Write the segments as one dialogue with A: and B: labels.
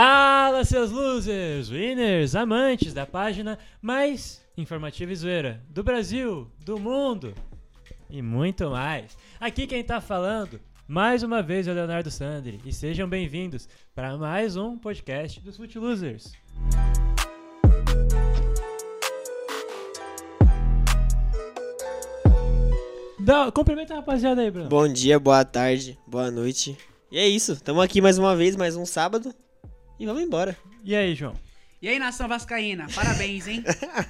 A: Fala, seus losers, winners, amantes da página mais informativa e zoeira do Brasil, do mundo e muito mais. Aqui quem tá falando, mais uma vez, é o Leonardo Sandri e sejam bem-vindos para mais um podcast dos Foot Losers. Dá, cumprimenta a rapaziada aí, Bruno.
B: Bom dia, boa tarde, boa noite. E é isso, estamos aqui mais uma vez, mais um sábado. E vamos embora.
A: E aí, João?
C: E aí, nação vascaína, parabéns, hein?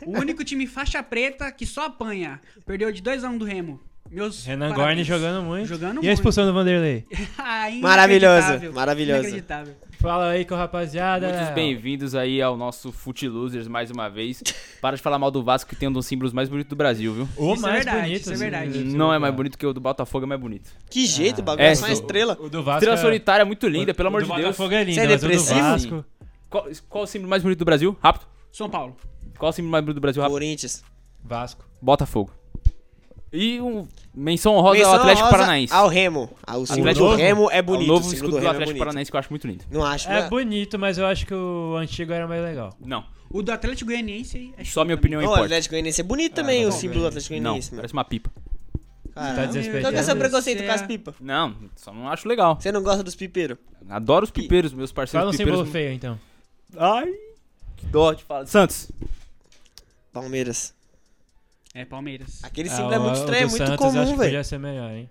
C: O único time faixa preta que só apanha. Perdeu de 2x1 do Remo. Meus
A: Renan Gorni
C: parabéns.
A: jogando muito.
C: Jogando
A: e a expulsão do Vanderlei?
C: Ah,
B: Maravilhoso,
C: inacreditável,
B: maravilhoso.
C: Inacreditável.
A: Fala aí com a rapaziada.
D: Muitos
A: Léo.
D: bem-vindos aí ao nosso Foot Losers mais uma vez. Para de falar mal do Vasco, que tem um dos símbolos mais bonitos do Brasil, viu?
A: O
C: Isso é
A: mais
C: verdade,
A: bonito.
C: isso é
A: assim,
C: verdade.
A: do-
D: Não é mais bonito que o do Botafogo, é mais bonito.
B: Que jeito, o bagulho
D: é,
B: é só uma
D: sou-
B: estrela.
A: O do Vasco.
D: Estrela
A: é-
D: Solitária é muito linda,
A: o-
D: pelo
A: o
D: amor
A: do
D: de Deus.
A: Botafogo é lindo,
B: Você é
A: mas o do
B: depressivo?
A: Vasco.
D: Qual, qual o símbolo mais bonito do Brasil? Rápido.
C: São Paulo.
D: Qual o símbolo mais bonito do Brasil? Rápido.
B: Corinthians.
A: Vasco.
D: Botafogo. E um menção honrosa
B: Menção
D: ao Atlético
B: honrosa
D: Paranaense.
B: Ao Remo. Ah, O símbolo
D: Atlético-
B: do Remo é
D: Ao
B: bonito.
D: novo
B: o símbolo
D: escudo
B: do
D: do,
B: Remo é
D: Atlético
B: bonito.
D: Paranaense, que eu acho muito lindo.
B: Não acho,
A: É
B: né?
A: bonito, mas eu acho que o antigo era mais legal.
D: Não,
C: O do Atlético Goianiense aí. é
D: só
C: também.
D: minha opinião
B: Não, o
D: importa.
B: Atlético é Goianiense é bonito também,
A: não,
B: o símbolo do Atlético
D: Não,
B: Goianiense, mano.
D: parece uma pipa.
B: Caralho.
A: Tá
B: Então
A: desrespeitando.
B: que é seu preconceito
C: Você
B: com as
C: é-
B: pipas?
D: Não, só não acho legal.
B: Você não gosta dos pipeiros?
D: Adoro os pipeiros, meus
A: Fala um
D: parceiros
A: símbolo
D: pipeiros.
A: feio, então.
D: Ai, que dó de falar. Santos.
B: Palmeiras.
C: É, Palmeiras.
B: Aquele
A: Ah,
B: símbolo é
A: o-
B: muito
A: o
B: estranho, é
A: do
B: muito
A: Santos acho
B: comum,
A: que
B: velho.
A: Podia ser melhor, hein?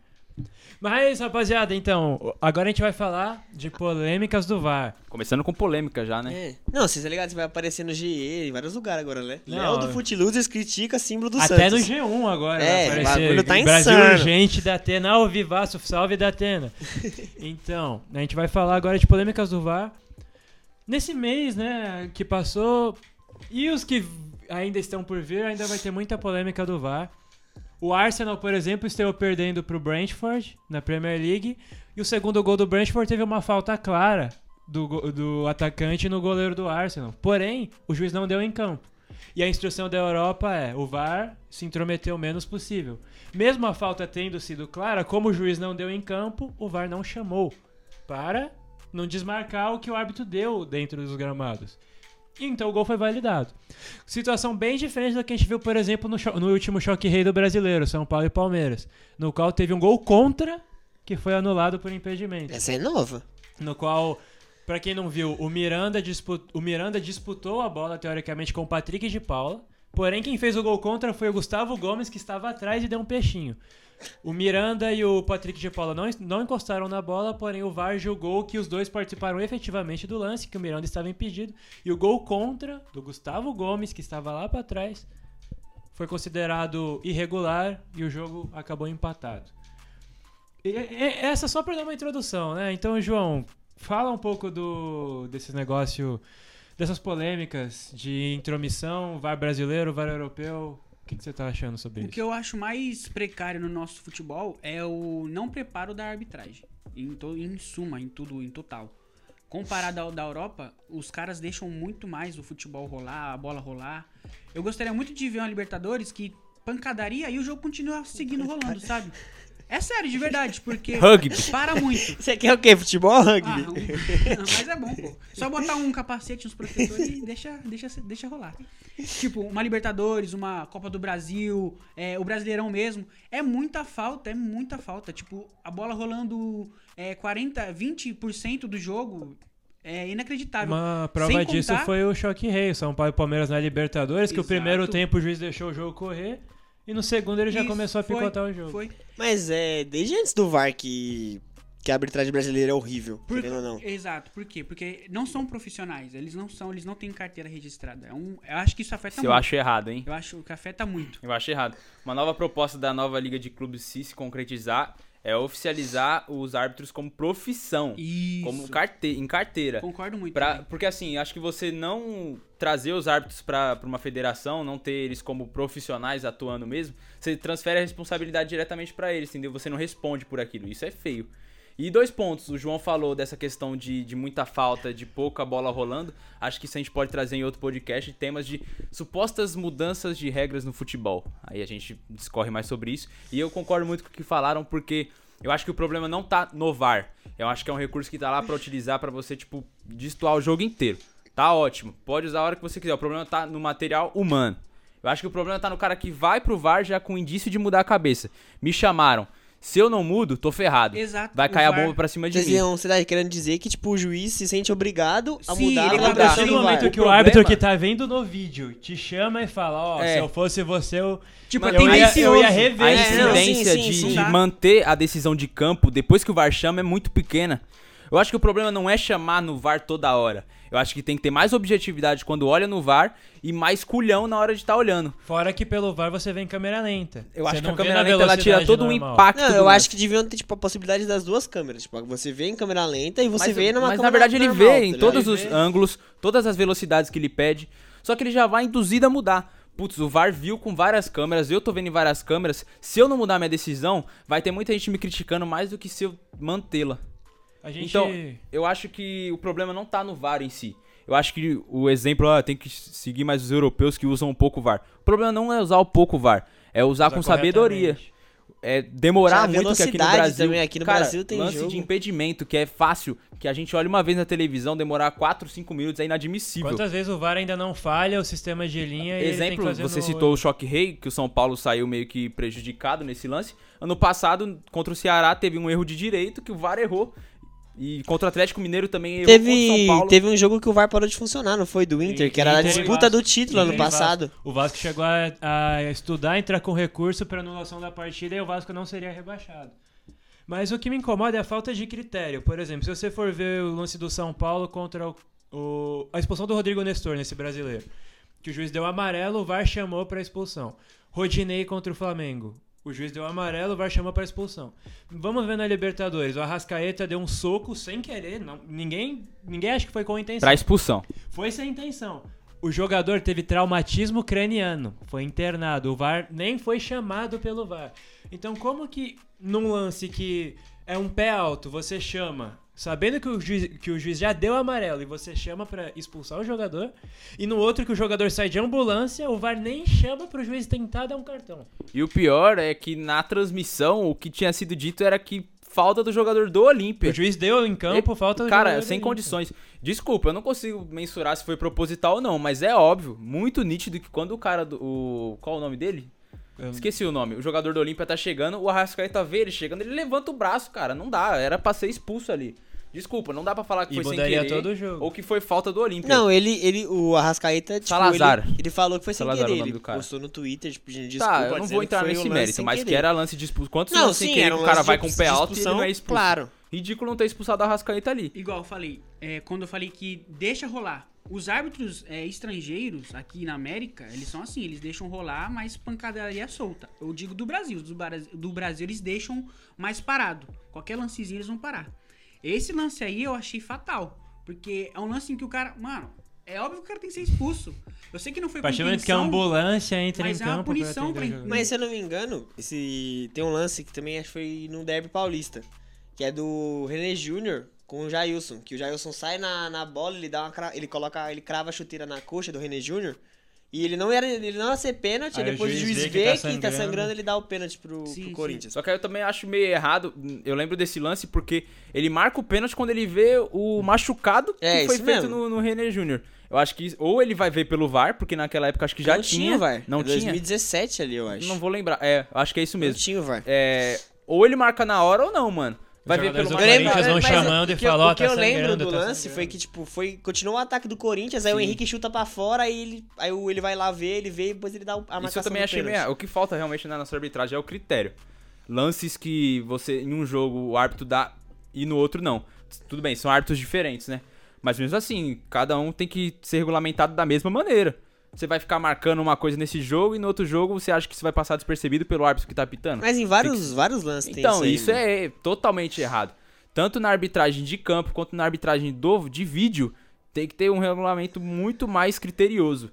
A: Mas, é rapaziada, então, agora a gente vai falar de polêmicas do VAR.
D: Começando com polêmica já, né?
B: É. Não, vocês tá ligado? Você vai aparecer no GE em vários lugares agora, né?
A: Não,
B: Léo do
A: é.
B: Foot Losers critica símbolo do
A: Até
B: Santos.
A: no G1 agora. vai
B: É, o
A: aparecer.
B: bagulho tá
A: Brasil
B: insano.
A: urgente da Atena. Ao vivaço, salve da Atena. então, a gente vai falar agora de polêmicas do VAR. Nesse mês, né, que passou, e os que ainda estão por vir, ainda vai ter muita polêmica do VAR. O Arsenal, por exemplo, esteve perdendo pro Brentford na Premier League. E o segundo gol do Brentford teve uma falta clara do, go- do atacante no goleiro do Arsenal. Porém, o juiz não deu em campo. E a instrução da Europa é: o VAR se intrometeu o menos possível. Mesmo a falta tendo sido clara, como o juiz não deu em campo, o VAR não chamou para não desmarcar o que o árbitro deu dentro dos gramados. Então o gol foi validado. Situação bem diferente da que a gente viu, por exemplo, no, cho- no último choque rei do brasileiro, São Paulo e Palmeiras, no qual teve um gol contra que foi anulado por impedimento
B: Essa é nova.
A: no qual, pra quem não viu, o Miranda, dispu- o Miranda disputou a bola, teoricamente, com o Patrick de Paula. Porém, quem fez o gol contra foi o Gustavo Gomes, que estava atrás e deu um peixinho. O Miranda e o Patrick de Paula não, não encostaram na bola, porém o VAR julgou que os dois participaram efetivamente do lance, que o Miranda estava impedido. E o gol contra do Gustavo Gomes, que estava lá pra trás, foi considerado irregular e o jogo acabou empatado. E- e- essa só para dar uma introdução, né? Então, João, fala um pouco do desse negócio, dessas polêmicas de intromissão, VAR brasileiro, VAR europeu. O que, que você tá achando sobre
C: O
A: isso?
C: que eu acho mais precário no nosso futebol é o não preparo da arbitragem. Em, to- em suma, em tudo, em total. Comparado ao da Europa, os caras deixam muito mais o futebol rolar, a bola rolar. Eu gostaria muito de ver uma Libertadores que pancadaria e o jogo continua seguindo rolando, sabe? É sério, de verdade, porque
D: Rugby.
C: para muito.
B: Você quer o quê? Futebol ou
C: Ah,
B: rugby?
C: um- Mas é bom, pô. Só botar um capacete nos protetores e deixa, deixa, deixa rolar. Tipo, uma Libertadores, uma Copa do Brasil, é, o Brasileirão mesmo. É muita falta, é muita falta. Tipo, a bola rolando é, 40, 20% do jogo é inacreditável.
A: Uma prova
C: Sem
A: disso
C: contar-
A: foi o choque rei, São Paulo e Palmeiras na Libertadores, que o
C: Exato.
A: primeiro tempo o juiz deixou o jogo correr e no segundo ele já
C: Isso,
A: começou a
C: foi,
A: picotar o jogo.
C: Foi.
B: Mas é desde antes do VAR que, que a arbitragem brasileira é horrível,
C: Por-
B: querendo ou não.
C: Exato, por quê? Porque não são profissionais, eles não são, eles não têm carteira registrada. É um, eu acho que isso afeta
D: Isso eu
C: muito.
D: acho errado, hein?
C: Eu acho que afeta muito.
D: Eu acho errado. Uma nova proposta da nova Liga de Clubes, se se concretizar, é oficializar os árbitros como profissão.
C: Isso.
D: Como carte em carteira.
C: Concordo muito.
D: Pra-
C: também.
D: porque assim, acho que você não trazer os árbitros pra pra uma federação, não ter eles como profissionais atuando mesmo, você transfere a responsabilidade diretamente pra eles, entendeu? Você não responde por aquilo. Isso é feio. E dois pontos, o João falou dessa questão de, de muita falta, de pouca bola rolando. Acho que isso a gente pode trazer em outro podcast temas de supostas mudanças de regras no futebol. Aí a gente discorre mais sobre isso. E eu concordo muito com o que falaram, porque eu acho que o problema não tá no VAR. Eu acho que é um recurso que tá lá pra utilizar pra você, tipo, destoar o jogo inteiro. Tá ótimo. Pode usar a hora que você quiser. O problema tá no material humano. Eu acho que o problema tá no cara que vai pro VAR já com indício de mudar a cabeça. Me chamaram. Se eu não mudo, tô ferrado.
C: Exato,
D: Vai
C: o
D: cair a
C: VAR
D: bomba pra cima de
B: Vocês
D: mim.
B: iam, sei lá, querendo dizer que, tipo, o juiz se sente obrigado a
C: Sim,
B: mudar
C: ele
B: a
A: A
C: Lembrar
A: partir
B: votação
A: do
B: do
C: vai.
A: momento
B: VAR.
A: que o,
D: problema-
A: árbitro que tá vendo no vídeo te chama e fala, ó,
D: É.
A: se eu fosse você, eu,
C: Tipo,
A: eu,
C: é
A: ia, eu
C: tendencioso.
A: ia rever.
D: A
B: É,
A: entendeu?
B: não, sim,
D: incidência
B: sim,
D: de,
B: sim.
D: de
C: Tá.
D: manter a decisão de campo depois que o VAR chama é muito pequena. Eu acho que o problema não é chamar no VAR toda hora. Eu acho que tem que ter mais objetividade quando olha no VAR e mais culhão na hora de estar olhando.
A: Fora que pelo VAR você vem em câmera lenta.
D: Eu
A: Você
D: acho que
A: não
D: a
A: vê
D: câmera
A: na
D: lenta ela tira
A: velocidade
D: todo o
A: normal.
D: impacto.
B: Não,
D: do
B: eu
D: lance.
B: acho que deviam ter, tipo, a possibilidade das duas câmeras. Tipo, você vê em câmera lenta e você
D: mas,
B: vê numa
D: mas, na
B: câmera
D: verdade ele
B: normal,
D: vê
B: tá
D: em
B: ligado?
D: todos
B: Ele
D: os
B: vê.
D: ângulos, todas as velocidades que ele pede, só que ele já vai induzido a mudar. Putz, o VAR viu com várias câmeras, eu tô vendo em várias câmeras. Se eu não mudar minha decisão, vai ter muita gente me criticando mais do que se eu mantê-la.
A: A gente...
D: Então, eu acho que o problema não tá no VAR em si. Eu acho que o exemplo ah, tem que seguir mais os europeus que usam um pouco o VAR. O problema não é usar o pouco o VAR, é usar com sabedoria.
A: corretamente.
D: É demorar
B: Já a
D: muito que aqui no
B: velocidade
D: Brasil.
B: também, aqui no
D: cara,
B: Brasil tem
D: lance
B: jogo.
D: de impedimento que é fácil, que a gente olha uma vez na televisão, demorar 4, 5 minutos é inadmissível.
A: Quantas vezes o VAR ainda não falha o sistema de linha e ele tem que
D: Exemplo,
A: fazer
D: você
A: no-
D: citou o Choque Rei, que o São Paulo saiu meio que prejudicado nesse lance. Ano passado, contra o Ceará, teve um erro de direito que o VAR errou. E contra o Atlético Mineiro também errou contra o São
B: Teve,
D: Paulo.
B: teve um jogo que o VAR parou de funcionar, não foi? Do Inter, que era a
A: Inter e
B: disputa
A: Vasco.
B: do título
A: Inter
B: ano
A: e Vasco.
B: passado.
A: O Vasco chegou a, a estudar, entrar com recurso para anulação da partida e o Vasco não seria rebaixado. Mas o que me incomoda é a falta de critério. Por exemplo, se você for ver o lance do São Paulo contra o, o- a expulsão do Rodrigo Nestor nesse brasileiro, que o juiz deu amarelo, o VAR chamou para expulsão. Rodinei contra o Flamengo. O juiz deu amarelo, o VAR chamou para expulsão. Vamos ver na Libertadores. O Arrascaeta deu um soco sem querer. não- ninguém, ninguém acha que foi com intenção.
D: Pra expulsão.
A: Foi sem intenção. O jogador teve traumatismo craniano, foi internado. O VAR nem foi chamado pelo VAR. Então, como que num lance que é um pé alto, você chama, sabendo que o juiz, que o juiz já deu amarelo e você chama pra expulsar o jogador, e no outro que o jogador sai de ambulância, o VAR nem chama pro juiz tentar dar um cartão.
D: E o pior é que na transmissão o que tinha sido dito era que falta do jogador do Olímpia.
A: O juiz deu em campo,
D: E-
A: Então, falta do
D: Cara,
A: jogador
D: sem
A: do
D: condições. Desculpa, eu não consigo mensurar se foi proposital ou não, mas é óbvio, muito nítido que quando o cara do. o- qual o nome dele?
A: Eu-
D: Esqueci o nome. O jogador do Olímpia tá chegando, o Arrascaeta vê ele chegando, ele levanta o braço, cara. Não dá, era pra ser expulso ali. Desculpa, não dá pra falar que
A: E
D: foi sem
A: mudaria
D: querer
A: todo o jogo.
D: ou que foi falta do Olímpia.
B: Não, ele, ele, o Arrascaeta, tipo,
D: Salazar.
B: Ele, ele falou que foi sem
D: Salazar é o
B: querer.
D: nome
B: Ele
D: do cara.
B: postou no Twitter, tipo, pedindo desculpa.
D: tá, eu não
B: dizendo
D: vou
B: que
D: entrar
B: foi um
D: nesse
B: lance
D: mérito,
B: sem
D: mas
B: querer.
D: que era lance de expulsão. Quantos
B: Não,
D: lances
B: sim,
D: sem querer
B: era
D: que
B: um
D: o cara
B: lance
D: vai
B: de
D: com o pé alto e ele
B: expulsão,
D: não é expulso?
B: Claro.
D: Ridículo não ter expulsado o Arrascaeta ali.
C: Igual eu falei, é, quando eu falei que deixa rolar. Os árbitros é, estrangeiros aqui na América, eles são assim, eles deixam rolar, mas pancadaria solta. Eu digo do Brasil, do, do Brasil eles deixam mais parado. Qualquer lancezinho eles vão parar. Esse lance aí eu achei fatal, porque é um lance em que o cara, mano, é óbvio que o cara tem que ser expulso. Eu sei que não foi
A: A
C: com
A: partir do momento que é a
C: intenção,
A: ambulância entra em
C: mas é
A: campo.
C: uma
A: pra
C: punição
A: atender o
C: pra-
A: jogador.
D: um
B: Mas se eu não me engano, esse tem um lance que também acho que foi no Derby Paulista, que é do René Júnior com o Jailson, que o Jailson sai na, na bola, ele dá uma cra- ele coloca, ele crava a chuteira na coxa do René Júnior. E ele não era ele não ia ser pênalti,
A: Aí
B: e depois o juiz, vê que, tá, sangrando. ele dá o pênalti pro,
C: Sim,
B: pro
C: sim.
B: Corinthians.
D: Só que aí eu também acho meio errado. Eu lembro desse lance porque ele marca o pênalti quando ele vê o machucado
B: É,
D: que foi
B: isso
D: feito
B: mesmo.
D: no, no René Júnior. Eu acho que isso- ou ele vai ver pelo VAR, porque naquela época acho que já
B: não
D: tinha.
B: o VAR.
D: Não
B: É
D: tinha.
B: 2017 ali, eu acho.
D: Não vou lembrar. É, acho que é isso
B: Não
D: mesmo.
B: tinha o VAR.
D: É, ou ele marca na hora ou não, mano. Vai ver pelo
A: jogadores do
D: machucado.
A: Corinthians vão
B: mas
A: chamando
B: o
A: e
B: que eu-
A: falam, ó,
B: O que
A: tá
B: eu lembro
A: sangrando,
B: do
A: tá
B: lance
A: sangrando.
B: foi que, tipo, foi. Continuou o ataque do Corinthians, aí o Henrique chuta pra fora, aí ele, aí o- ele vai lá ver, ele vê e depois ele dá o- a marcação.
D: Isso eu também
B: do
D: achei
B: pênalti.
D: meio... ah, O que falta realmente na nossa arbitragem é o critério. Lances que você, em um jogo, o árbitro dá e no outro não. Tudo bem, são árbitros diferentes, né? Mas mesmo assim, cada um tem que ser regulamentado da mesma maneira. Você vai ficar marcando uma coisa nesse jogo e no outro jogo você acha que você vai passar despercebido pelo árbitro que tá pitando.
B: Mas em vários, vários lances tem
D: Então,
B: aí,
D: isso
B: mano.
D: é totalmente errado. Tanto na arbitragem de campo quanto na arbitragem do, de vídeo, tem que ter um regulamento muito mais criterioso.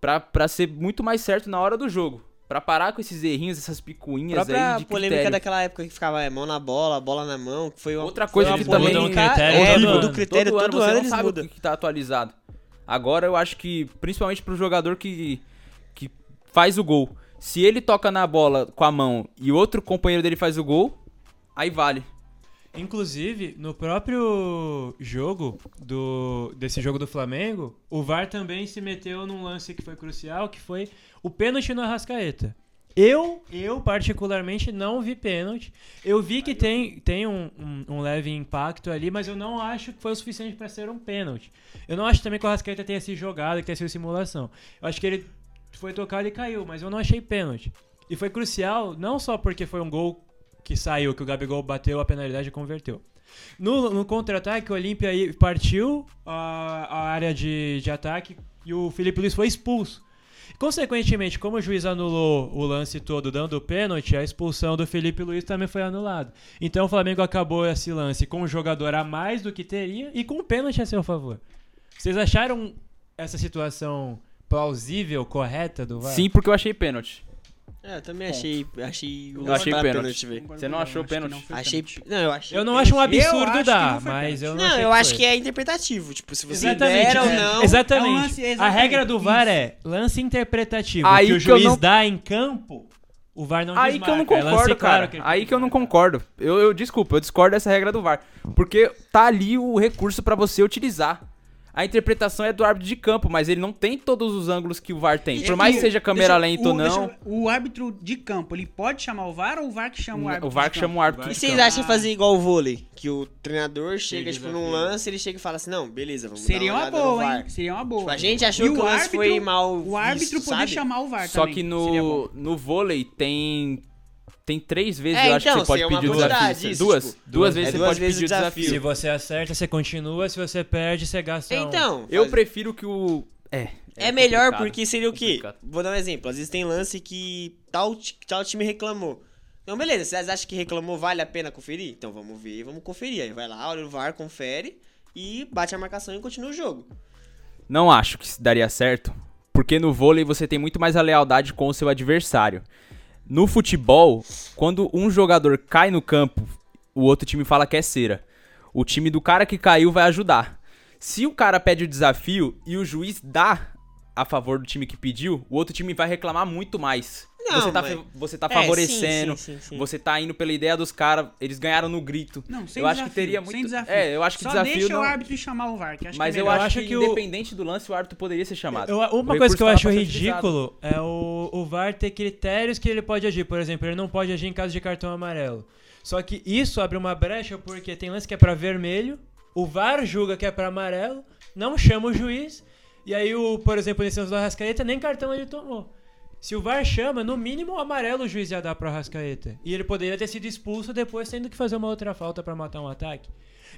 D: Pra, pra ser muito mais certo na hora do jogo. Pra parar com esses errinhos, essas
B: A
D: picuinhas
B: própria
D: aí é de
B: polêmica
D: critério.
B: daquela época que ficava é, mão na bola, bola na mão, que foi uma.
D: Outra
B: foi
D: coisa
B: uma
D: que
A: polêmica-
D: também...
A: Mudam o
B: polêmica-
A: critério
B: é,
A: todo
B: muda
A: ano.
B: o critério todo,
D: você
B: ano
D: não
B: eles
D: sabe o
B: mudam.
D: que que tá atualizado. Agora eu acho que, principalmente pro jogador que, que faz o gol, se ele toca na bola com a mão e outro companheiro dele faz o gol, aí vale.
A: Inclusive, no próprio jogo do desse jogo do Flamengo, o VAR também se meteu num lance que foi crucial, que foi o pênalti no Arrascaeta. Eu, eu particularmente não vi pênalti. Eu vi que tem, tem um, um- um leve impacto ali, mas eu não acho que foi o suficiente para ser um pênalti. Eu não acho também que o Arrascaeta tenha se jogado, que tenha sido simulação. Eu acho que ele foi tocado e caiu, mas eu não achei pênalti. E foi crucial, não só porque foi um gol que saiu, que o Gabigol bateu a penalidade e converteu. No, no contra-ataque, o Olímpia aí partiu a, a área de, de ataque e o Felipe Luiz foi expulso. Consequentemente, como o juiz anulou o lance todo dando o pênalti, a expulsão do Felipe Luiz também foi anulada. Então o Flamengo acabou esse lance com um jogador a mais do que teria e com o pênalti a seu favor. Vocês acharam essa situação plausível, correta do VAR?
D: Sim, porque eu achei pênalti.
B: É, eu também
D: Ponto.
B: achei, achei o
D: Eu
B: lance
D: achei
B: pra
D: pênalti.
B: velho.
D: Você não achou pênalti?
B: Achei. Não, eu achei.
A: Eu não acho um
B: pênalti.
A: absurdo
C: Eu acho
A: dar,
C: que não foi
A: mas eu
B: Não,
A: não achei
B: eu acho
A: foi.
B: que é interpretativo. Tipo, se você
A: Exatamente.
B: der ou
A: é.
B: não.
A: Exatamente.
C: É um lance-
A: A
C: exatamente.
A: regra do VAR
C: Isso.
A: é lance interpretativo.
D: Aí
A: que o
D: que eu
A: juiz
D: não-
A: dá em campo, o VAR não
D: Aí
A: desmarca.
D: que eu
A: É
D: não
A: lance
D: concordo,
A: claro
D: cara.
A: ele
D: Aí
A: tem
D: que eu não
A: marcar.
D: concordo. Eu, eu- desculpa, eu discordo dessa regra do VAR. Porque tá ali o recurso pra você utilizar. A interpretação é do árbitro de campo, mas ele não tem todos os ângulos que o VAR tem. Por mais que seja câmera lenta ou não,
C: O árbitro de campo, ele pode chamar o VAR ou o VAR que
B: um
C: chama o árbitro?
D: o VAR que é
C: de
D: chama
C: campo?
D: o árbitro
B: E
D: de
B: vocês
D: campo.
B: acham fazer igual o vôlei? Que o treinador chega,
A: Sim,
B: tipo, num
A: desafio.
B: lance, ele chega e fala assim, não, beleza, vamos
C: Seria
B: dar uma
C: uma
B: olhada no
C: boa,
B: VAR.
C: hein? Seria uma boa.
B: Tipo, a gente achou
C: E
B: que o lance foi mal
C: O árbitro
B: visto,
C: poder
B: sabe?
C: chamar o VAR
D: Só
C: também.
D: que
C: seria bom.
D: no, no vôlei tem. Tem três vezes,
B: É,
D: eu acho
B: então,
D: que você pode
B: é uma
D: pedir o
B: quantidade,
D: desafio.
B: isso,
D: duas,
B: tipo,
D: duas. vezes
B: É
D: você
B: duas
D: pode
B: vezes
D: pedir o
B: o desafio.
D: desafio.
A: Se você acerta, você continua. Se você perde, você gasta um.
B: Então,
D: Eu
B: faz-
D: prefiro que o. É.
B: é, melhor
D: complicado.
B: porque seria o quê?
D: Complicado.
B: Vou dar um exemplo. Às vezes tem lance que tal, ti- tal time reclamou. Então, beleza, vocês acham que reclamou, vale a pena conferir? Então vamos ver, vamos conferir. Aí vai lá, olha o VAR, confere e bate a marcação e continua o jogo.
D: Não acho que isso daria certo, porque no vôlei você tem muito mais a lealdade com o seu adversário. No futebol, quando um jogador cai no campo, o outro time fala que é cera. O time do cara que caiu vai ajudar. Se o cara pede o desafio e o juiz dá a favor do time que pediu, o outro time vai reclamar muito mais.
B: Não,
D: você, tá,
B: mas-
D: fe- você tá
B: É,
D: favorecendo,
B: sim, sim, sim, sim.
D: você tá indo pela ideia dos caras, eles ganharam no grito.
C: Não, sem
D: eu acho
C: desafio,
D: que teria muito.
C: Sem desafio.
D: É, eu acho que
C: Só
D: desafio
C: deixa
D: não-
C: o árbitro chamar o VAR, que acho
D: mas
C: que é
D: eu
C: melhor.
D: acho,
A: acho
D: que,
A: que o-
D: independente do lance, o árbitro poderia ser chamado.
A: Eu-
D: O
A: uma coisa que eu
D: recurso
A: acho
D: tava bastante utilizado.
A: ridículo é o, o VAR ter critérios que ele pode agir. Por exemplo, ele não pode agir em caso de cartão amarelo. Só que isso abre uma brecha porque tem lance que é pra vermelho, o VAR julga que é pra amarelo, não chama o juiz, e aí, o, por exemplo, nesse lance do Arrascaeta, nem cartão ele tomou. Se o VAR chama, no mínimo o amarelo o juiz ia dar pro Arrascaeta. E ele poderia ter sido expulso depois tendo que fazer uma outra falta pra matar um ataque.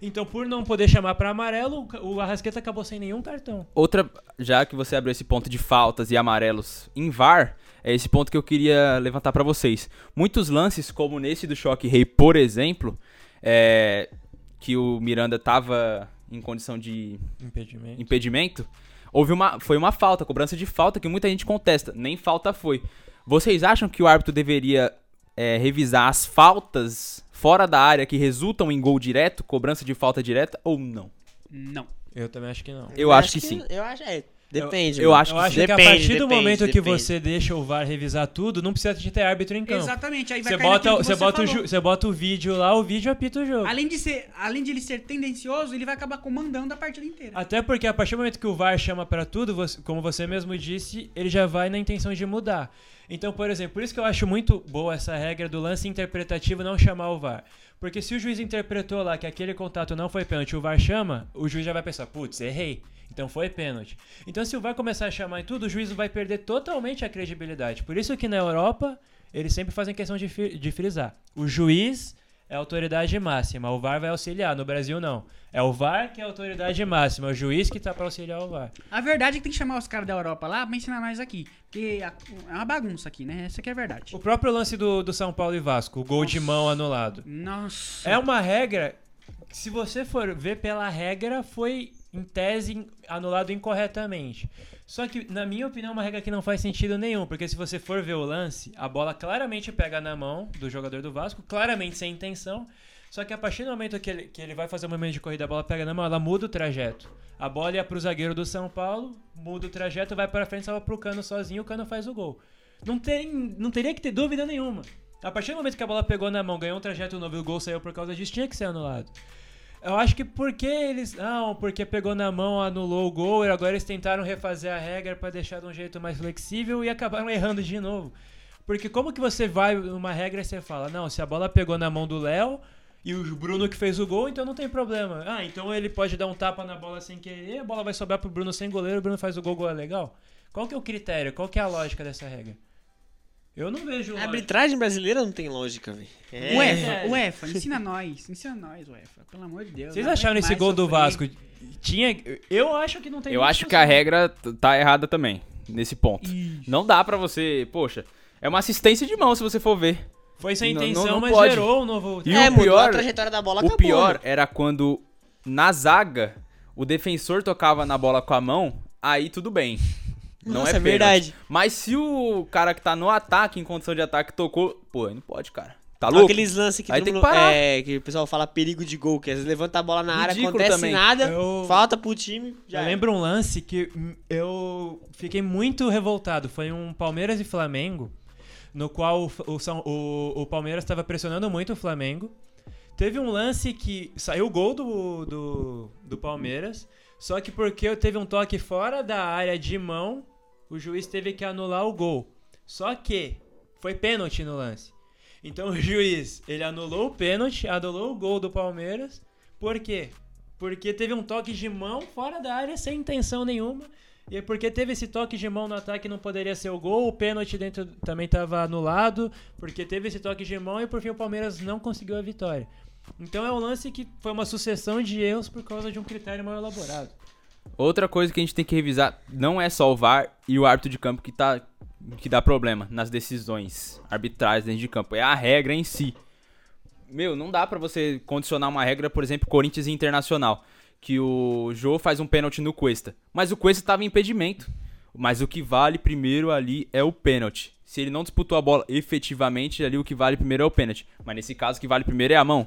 A: Então, por não poder chamar pra amarelo, o Arrascaeta acabou sem nenhum cartão.
D: Outra, já que você abriu esse ponto de faltas e amarelos em VAR, é esse ponto que eu queria levantar pra vocês. Muitos lances, como nesse do Choque Rei, por exemplo, é, que o Miranda tava em condição de
A: Impedimento.
D: impedimento, houve uma, foi uma falta, cobrança de falta que muita gente contesta. Nem falta foi. Vocês acham que o árbitro deveria é, revisar as faltas fora da área que resultam em gol direto, cobrança de falta direta ou não?
C: Não.
A: Eu também acho que não.
D: Eu acho que sim.
B: Eu acho, é, depende.
D: eu
B: mano.
D: acho
A: eu
D: que
A: acho
B: sim.
A: que a
B: Depende,
A: partir do
B: depende,
A: momento que
B: depende.
A: você deixa o VAR revisar tudo, não precisa de ter árbitro em campo.
C: Exatamente, aí vai
A: Então, Você
C: cair
A: bota,
C: naquilo que
A: você, bota o
C: falou.
A: ju- você bota o vídeo lá, o vídeo apita o jogo.
C: Além de, ser, além de ele ser tendencioso, ele vai acabar comandando a partida inteira.
D: Ah.
A: Até porque a partir do momento que o VAR chama pra tudo, você- como você mesmo disse, ele já vai na intenção de mudar. Então, por exemplo, por isso que eu acho muito boa essa regra do lance interpretativo não chamar o VAR. Porque se o juiz interpretou lá que aquele contato não foi pênalti, o VAR chama, o juiz já vai pensar, putz, errei. Então foi pênalti. Então se o VAR começar a chamar em tudo, o juiz vai perder totalmente a credibilidade. Por isso que na Europa, eles sempre fazem questão de, fi- de frisar. O juiz é a autoridade máxima, o VAR vai auxiliar. No Brasil, não. É o VAR que é a autoridade máxima, é o juiz que tá pra auxiliar o VAR.
C: A verdade é que tem que chamar os caras da Europa lá pra ensinar nós aqui. Porque a- é uma bagunça aqui, né? Essa aqui é a verdade.
A: O próprio lance do, do São Paulo e Vasco, o gol de mão anulado.
C: Nossa.
A: É uma regra, se você for ver pela regra, foi em tese in- anulado incorretamente. Só que, na minha opinião, é uma regra que não faz sentido nenhum, porque se você for ver o lance, a bola claramente pega na mão do jogador do Vasco, claramente sem intenção, só que a partir do momento que ele, que ele vai fazer o movimento de corrida, a bola pega na mão, ela muda o trajeto. A bola ia pro zagueiro do São Paulo, muda o trajeto, vai pra frente, salva pro Cano sozinho, o Cano faz o gol. Não, tem, não teria que ter dúvida nenhuma. A partir do momento que a bola pegou na mão, ganhou um trajeto novo e o gol saiu por causa disso, tinha que ser anulado. Eu acho que porque eles. Não, porque pegou na mão, anulou o gol, e agora eles tentaram refazer a regra pra deixar de um jeito mais flexível e acabaram errando de novo. Porque como que você vai numa regra e você fala, não, se a bola pegou na mão do Léo e o Bruno que fez o gol, então não tem problema. Ah, então ele pode dar um tapa na bola sem querer, a bola vai sobrar pro Bruno sem goleiro, o Bruno faz o gol, gol é legal. Qual que é o critério? Qual que é a lógica dessa regra? Eu não vejo
B: A
A: lógica.
B: arbitragem brasileira não tem lógica, velho. É.
C: UEFA, UEFA, ensina nós, ensina nós, UEFA, pelo amor de Deus.
A: Vocês
C: não
A: acharam
C: aguento
A: esse
C: mais
A: gol do
C: sofrer.
A: Vasco? Tinha. Eu acho que não tem
D: Eu
A: nem
D: acho que a
A: discussão.
D: regra t- tá errada também, nesse ponto. Não dá pra você, poxa, é uma assistência de mão se você for ver.
A: Foi sem
D: Não- não-
A: intenção,
D: não
A: mas
D: pode.
A: gerou um novo.
D: E
B: é,
D: o
B: mudou
D: pior-
B: a trajetória da bola,
D: O
B: acabou.
D: pior
B: né?
D: era quando na zaga o defensor tocava na bola com a mão, aí tudo bem. Não
B: Nossa,
D: é
B: é
D: pênalti.
B: verdade.
D: Mas se o cara que tá no ataque, em condição de ataque, tocou, pô, aí não pode, cara. Tá
B: Não,
D: louco?
B: Aqueles lances que,
D: Aí
B: todo
D: tem que
B: mundo-
D: parar.
B: é, que o pessoal fala perigo de gol, que às vezes levanta a bola na área,
D: Ridículo
B: acontece
D: também.
B: nada,
A: Eu-
B: falta pro time. Já é.
A: Eu
B: era.
A: lembro um lance que hum, eu fiquei muito revoltado. Foi um Palmeiras e Flamengo, no qual o F- o, São- o- o Palmeiras estava pressionando muito o Flamengo. Teve um lance que saiu o gol do, do, do Palmeiras, só que porque teve um toque fora da área de mão, o juiz teve que anular o gol. Só que foi pênalti no lance. Então o juiz, ele anulou o pênalti, anulou o gol do Palmeiras. Por quê? Porque teve um toque de mão fora da área sem intenção nenhuma. E é porque teve esse toque de mão no ataque não poderia ser o gol, o pênalti dentro também estava anulado, porque teve esse toque de mão e por fim o Palmeiras não conseguiu a vitória. Então é um lance que foi uma sucessão de erros por causa de um critério mal elaborado.
D: Outra coisa que a gente tem que revisar não é só o VAR e o árbitro de campo que tá que dá problema nas decisões arbitrais dentro de campo, é a regra em si. Meu, não dá pra você condicionar uma regra, por exemplo, Corinthians e Internacional, que o Jô faz um pênalti no Cuesta, mas o Cuesta tava em impedimento. Mas o que vale primeiro ali é o pênalti. Se ele não disputou a bola efetivamente, ali o que vale primeiro é o pênalti. Mas nesse caso, o que vale primeiro é a mão.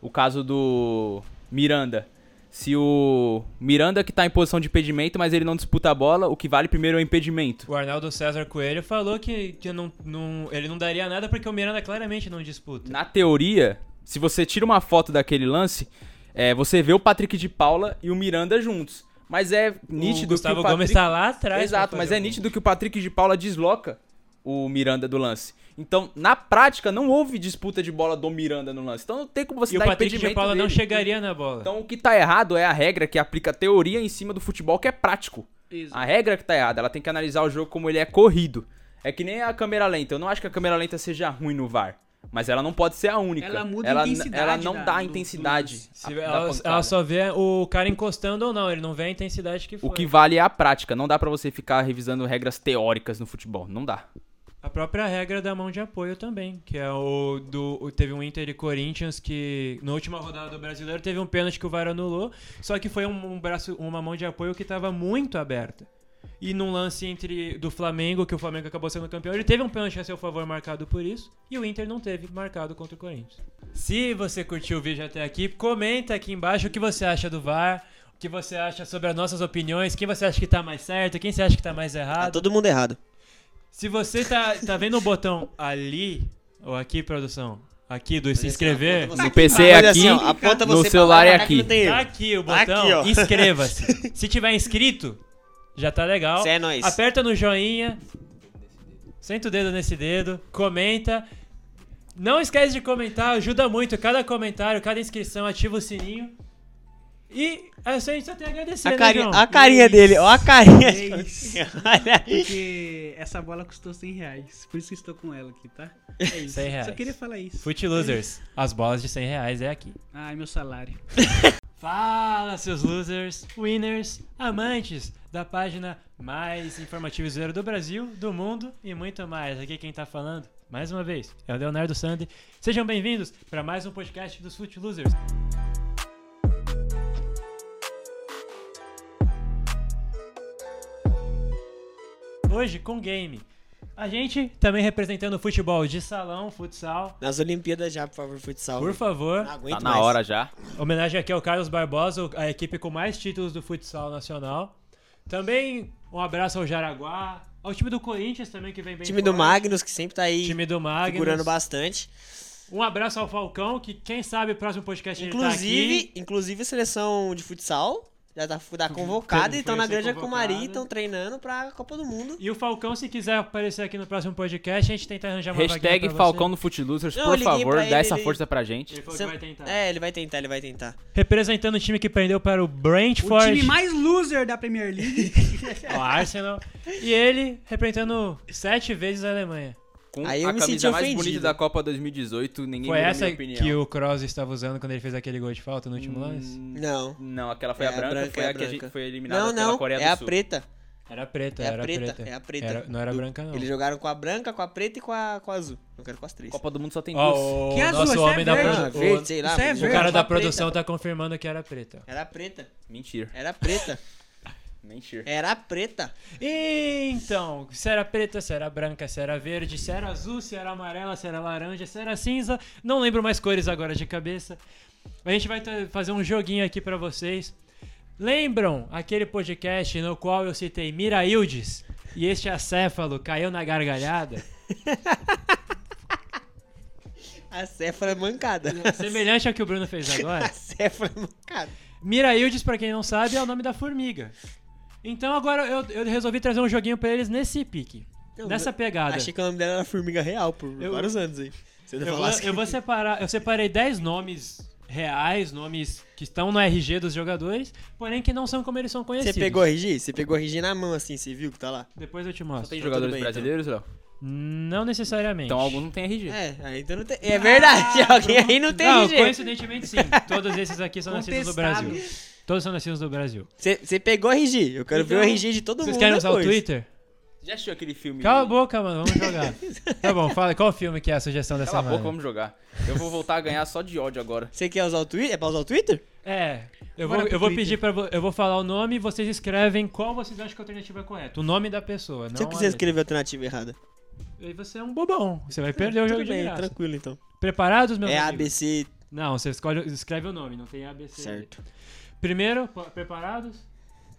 D: O caso do Miranda. Se o Miranda que tá em posição de impedimento, mas ele não disputa a bola, o que vale primeiro é o impedimento.
A: O Arnaldo César Coelho falou que, que não- não- ele não daria nada porque o Miranda claramente não disputa.
D: Na teoria, se você tira uma foto daquele lance, é, você vê o Patrick de Paula e o Miranda juntos. Mas é nítido
A: o Gustavo
D: que o Patrick...
A: Gomes tá lá atrás.
D: Exato,
A: pra
D: mas
A: fazer
D: é
A: o gol.
D: nítido que o Patrick de Paula desloca o Miranda do lance. Então, na prática, não houve disputa de bola do Miranda no lance. Então, não tem como você
A: E o
D: dar
A: Patrick de
D: impedimento
A: Paula não
D: dele.
A: chegaria na bola.
D: Então, o que tá errado é a regra que aplica a teoria em cima do futebol, que é prático.
C: Exato.
D: A regra que tá errada, ela tem que analisar o jogo como ele é corrido. É que nem a câmera lenta. Eu não acho que a câmera lenta seja ruim no VR. Mas ela não pode ser a única.
C: Ela muda a
D: ela,
C: intensidade
D: ela não
C: da-
D: dá a
C: do- do
D: intensidade.
C: lance.
D: a-
A: Se
D: da
A: ela,
D: Ah, pancada.
A: ela só vê o cara encostando ou não, ele não vê a intensidade que foi.
D: O que vale é a prática. Não dá pra você ficar revisando regras teóricas no futebol. Não dá. Tá
A: A própria regra da mão de apoio também, que é o do o- teve um Inter e Corinthians que na última rodada do Brasileiro teve um pênalti que o VAR anulou, só que foi um, um braço, uma mão de apoio que estava muito aberta. E num lance entre do Flamengo, que o Flamengo acabou sendo campeão, ele teve um pênalti a seu favor marcado por isso, e o Inter não teve marcado contra o Corinthians. Se você curtiu o vídeo até aqui, comenta aqui embaixo o que você acha do VAR, o que você acha sobre as nossas opiniões, quem você acha que tá mais certo, quem você acha que tá mais
B: Tá
A: errado.
B: todo mundo errado.
A: Se você tá, tá vendo o botão ali, ou aqui, produção, aqui do
B: é
A: se inscrever,
D: No PC é
B: Mas
D: aqui,
B: assim, ó, aponta
D: no
B: você pra lá,
D: celular é
B: tá que
D: aqui.
B: não tem erro.
A: tá aqui o botão,
B: Aqui, ó.
A: inscreva-se. Se tiver inscrito, já tá legal.
B: Cê é nóis.
A: Aperta no joinha, senta o dedo nesse dedo, comenta. Não esquece de comentar, ajuda muito. Cada comentário, cada inscrição, ativa o sininho. E a gente só tem a agradecer,
B: A,
A: né,
B: carinha,
A: João?
B: a carinha dele, ó a carinha.
C: Isso.
B: Olha aí.
C: Porque essa bola custou 100 reais. Por isso que estou com ela aqui, tá? É isso.
A: 100 reais.
C: Só queria falar isso.
A: Foot Losers, as bolas de 100 reais é aqui.
C: Ai, meu salário.
A: Fala, seus losers, winners, amantes da página mais informativa e zoeira do Brasil, do mundo e muito mais. Aqui quem tá falando, mais uma vez, é o Leonardo Sandi. Sejam bem-vindos para mais um podcast dos Foot Losers. Hoje com game. A gente também representando o futebol de salão, futsal.
B: Nas Olimpíadas já, por favor, futsal.
A: Por favor,
B: Não aguento
D: Tá na
B: mais.
D: hora já.
A: Homenagem aqui ao Carlos Barbosa, a equipe com mais títulos do futsal nacional. Também um abraço ao Jaraguá, ao time do Corinthians também, que vem bem
B: Time do
A: forte.
B: Magnus, que sempre tá aí
A: Time do Magnus.
B: figurando bastante.
A: Um abraço ao Falcão, que quem sabe o próximo podcast ele tá aqui.
B: Inclusive, inclusive a seleção de futsal já tá, tá convocada
A: Foi-
B: e estão na
A: foi
B: Granja
A: convocada.
B: Comari, estão treinando pra Copa do Mundo.
A: E o Falcão, se quiser aparecer aqui no próximo podcast, a gente tenta arranjar uma vaguinha
D: Hashtag
A: pra
D: Falcão
A: você.
D: no Futilusers,
B: Não,
D: por
B: eu liguei
D: favor,
B: pra
D: dá
B: ele,
D: essa
B: ele-
D: força pra gente.
A: Ele falou
B: Sem-
A: que vai tentar.
B: É, ele vai tentar, ele vai tentar.
A: Representando o time que perdeu para o
C: O
A: Brentford,
C: time mais loser da Premier League.
A: o Arsenal. e ele representando sete vezes a Alemanha.
D: Com
B: Aí eu
D: a
B: me
D: camisa
B: senti
D: mais
B: ofendido.
D: bonita da Copa 2018, ninguém
A: Foi
D: muda
A: essa
D: minha opinião.
A: que o Kroos estava usando quando ele fez aquele gol de falta no último lance?
D: Hum,
B: Não.
D: Não, aquela foi
B: É
D: a branca, foi
B: é
D: a, que a gente
B: branca.
D: foi eliminada
B: Não,
D: pela
B: não,
D: Coreia
B: é
D: do
B: a
D: Sul.
B: preta.
A: Era preta,
B: É a
A: Então, era
B: preta,
A: preta.
B: é a preta.
A: Era- não era branca, não.
B: Eles jogaram com a branca, com a preta e com a, com a azul. Eu quero com as três.
D: Copa do Mundo só tem duas.
A: Ó, o
C: Que azul,
A: nosso
C: essa é
A: homem da
C: verde.
B: Ah,
A: produ-
B: verde, sei lá.
C: Isso é
B: menino.
A: O
C: verde.
A: cara da
B: Era preta.
A: produção tá confirmando que era preta.
B: Era preta,
D: Mentira,
B: era preta,
D: mentira.
B: era preta.
A: Então, se era preta, se era branca, se era verde, se era azul, se era amarela, se era laranja, se era cinza. Não lembro mais cores agora de cabeça. A gente vai ter- fazer um joguinho aqui pra vocês. Lembram aquele podcast no qual eu citei Miraildes e este acéfalo caiu na gargalhada?
B: A céfala é mancada.
A: Semelhante ao que o Bruno fez agora.
B: A céfala é mancada.
A: Miraildes, pra quem não sabe, é o nome da formiga. Então agora eu, eu resolvi trazer um joguinho pra eles nesse pique.
B: Eu-
A: nessa pegada.
B: Achei que o nome dela era formiga real por
A: Eu-
B: vários anos aí. Você não
A: Eu vou,
B: falasse que-
A: eu vou separar, eu separei 10 nomes reais, nomes que estão no RG dos jogadores, porém que não são como eles são
B: Você
A: conhecidos.
B: pegou a RG? Você pegou a RG na mão assim, você viu que tá lá?
A: Depois eu te
D: Só
A: mostro.
D: tem
B: Então, tudo
D: jogadores
B: bem, então.
D: brasileiros, Léo?
A: Não necessariamente.
D: Então alguns não tem RG.
B: É, aí então não tem. É verdade, alguém aí não tem
A: Não,
B: RG.
A: coincidentemente sim. Todos esses aqui são nascidos no
C: Contestado.
A: Brasil. Todos são nascidos no Brasil.
B: Você você pegou a RG? Eu quero ver o
A: Então,
B: RG de todo mundo.
A: Vocês querem usar o
B: depois.
A: Twitter?
D: Já assistiu aquele filme?
A: Cala a boca, mano. Vamos jogar. tá bom, fala. Qual filme que é a sugestão dessa
D: Cala a boca,
A: semana?
D: vamos jogar. Eu vou voltar a ganhar só de ódio agora.
B: Você quer usar o Twitter? É pra usar o Twitter?
A: É, eu
C: Bora
A: vou,
C: pro
A: eu vou
C: Twitter.
A: pedir pra... vo- Eu vou falar o nome e vocês escrevem qual vocês acham que a alternativa é correta. O nome da pessoa, não
B: Se eu
A: a
B: quiser
A: letra.
B: escrever a alternativa errada.
A: Aí você é um bobão. Você vai perder o um jogo
B: Tudo
A: de
B: bem,
A: graça.
B: tranquilo então.
A: Preparados, meus
B: É
A: amigos?
B: ABC,
A: Não, você escolhe, escreve o nome, não tem ABC.
B: certo.
A: Primeiro, po- preparados?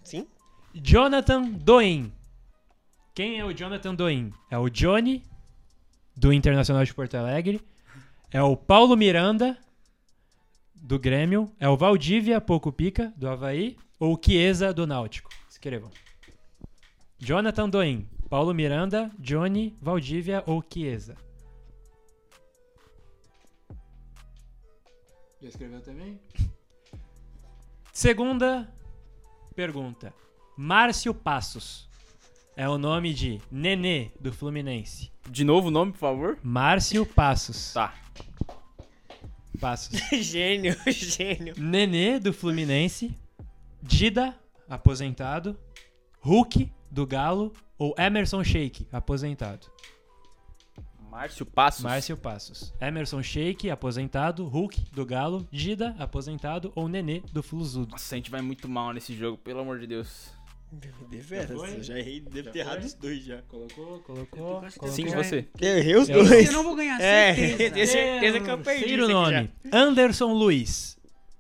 B: Sim?
A: Jonathan Doin. Quem é o Jonathan Doin? É o Johnny, do Internacional de Porto Alegre. É o Paulo Miranda, do Grêmio. É o Valdívia Pouco Pica, do Havaí. Ou o Chiesa, do Náutico. Escrevam. Jonathan Doin, Paulo Miranda, Johnny, Valdívia ou Chiesa. Já escreveu também? Segunda pergunta. Márcio Passos. É o nome de Nenê, do Fluminense.
D: De novo o nome, por favor?
A: Márcio Passos.
D: Tá.
A: Passos.
B: gênio, gênio.
A: Nenê, do Fluminense. Dida, aposentado. Hulk, do Galo. Ou Emerson Sheik, aposentado.
D: Márcio Passos.
A: Márcio Passos. Emerson Sheik, aposentado. Hulk, do Galo. Dida, aposentado. Ou Nenê, do Fluzudo.
D: Nossa, a gente vai muito mal nesse jogo, pelo amor de Deus.
B: Deveras,
A: foi?
B: eu é já errei, devo
A: Já
B: ter errado
A: foi?
B: os dois já.
A: Colocou, colocou.
C: quase
A: colocou.
D: Sim,
C: Já
D: você.
B: Eu errei os
A: Eu-
B: dois.
C: Eu não vou ganhar,
B: É,
C: certeza.
B: esse- certeza que eu perdi
A: Terceiro
B: isso aqui
A: nome. Anderson Luiz.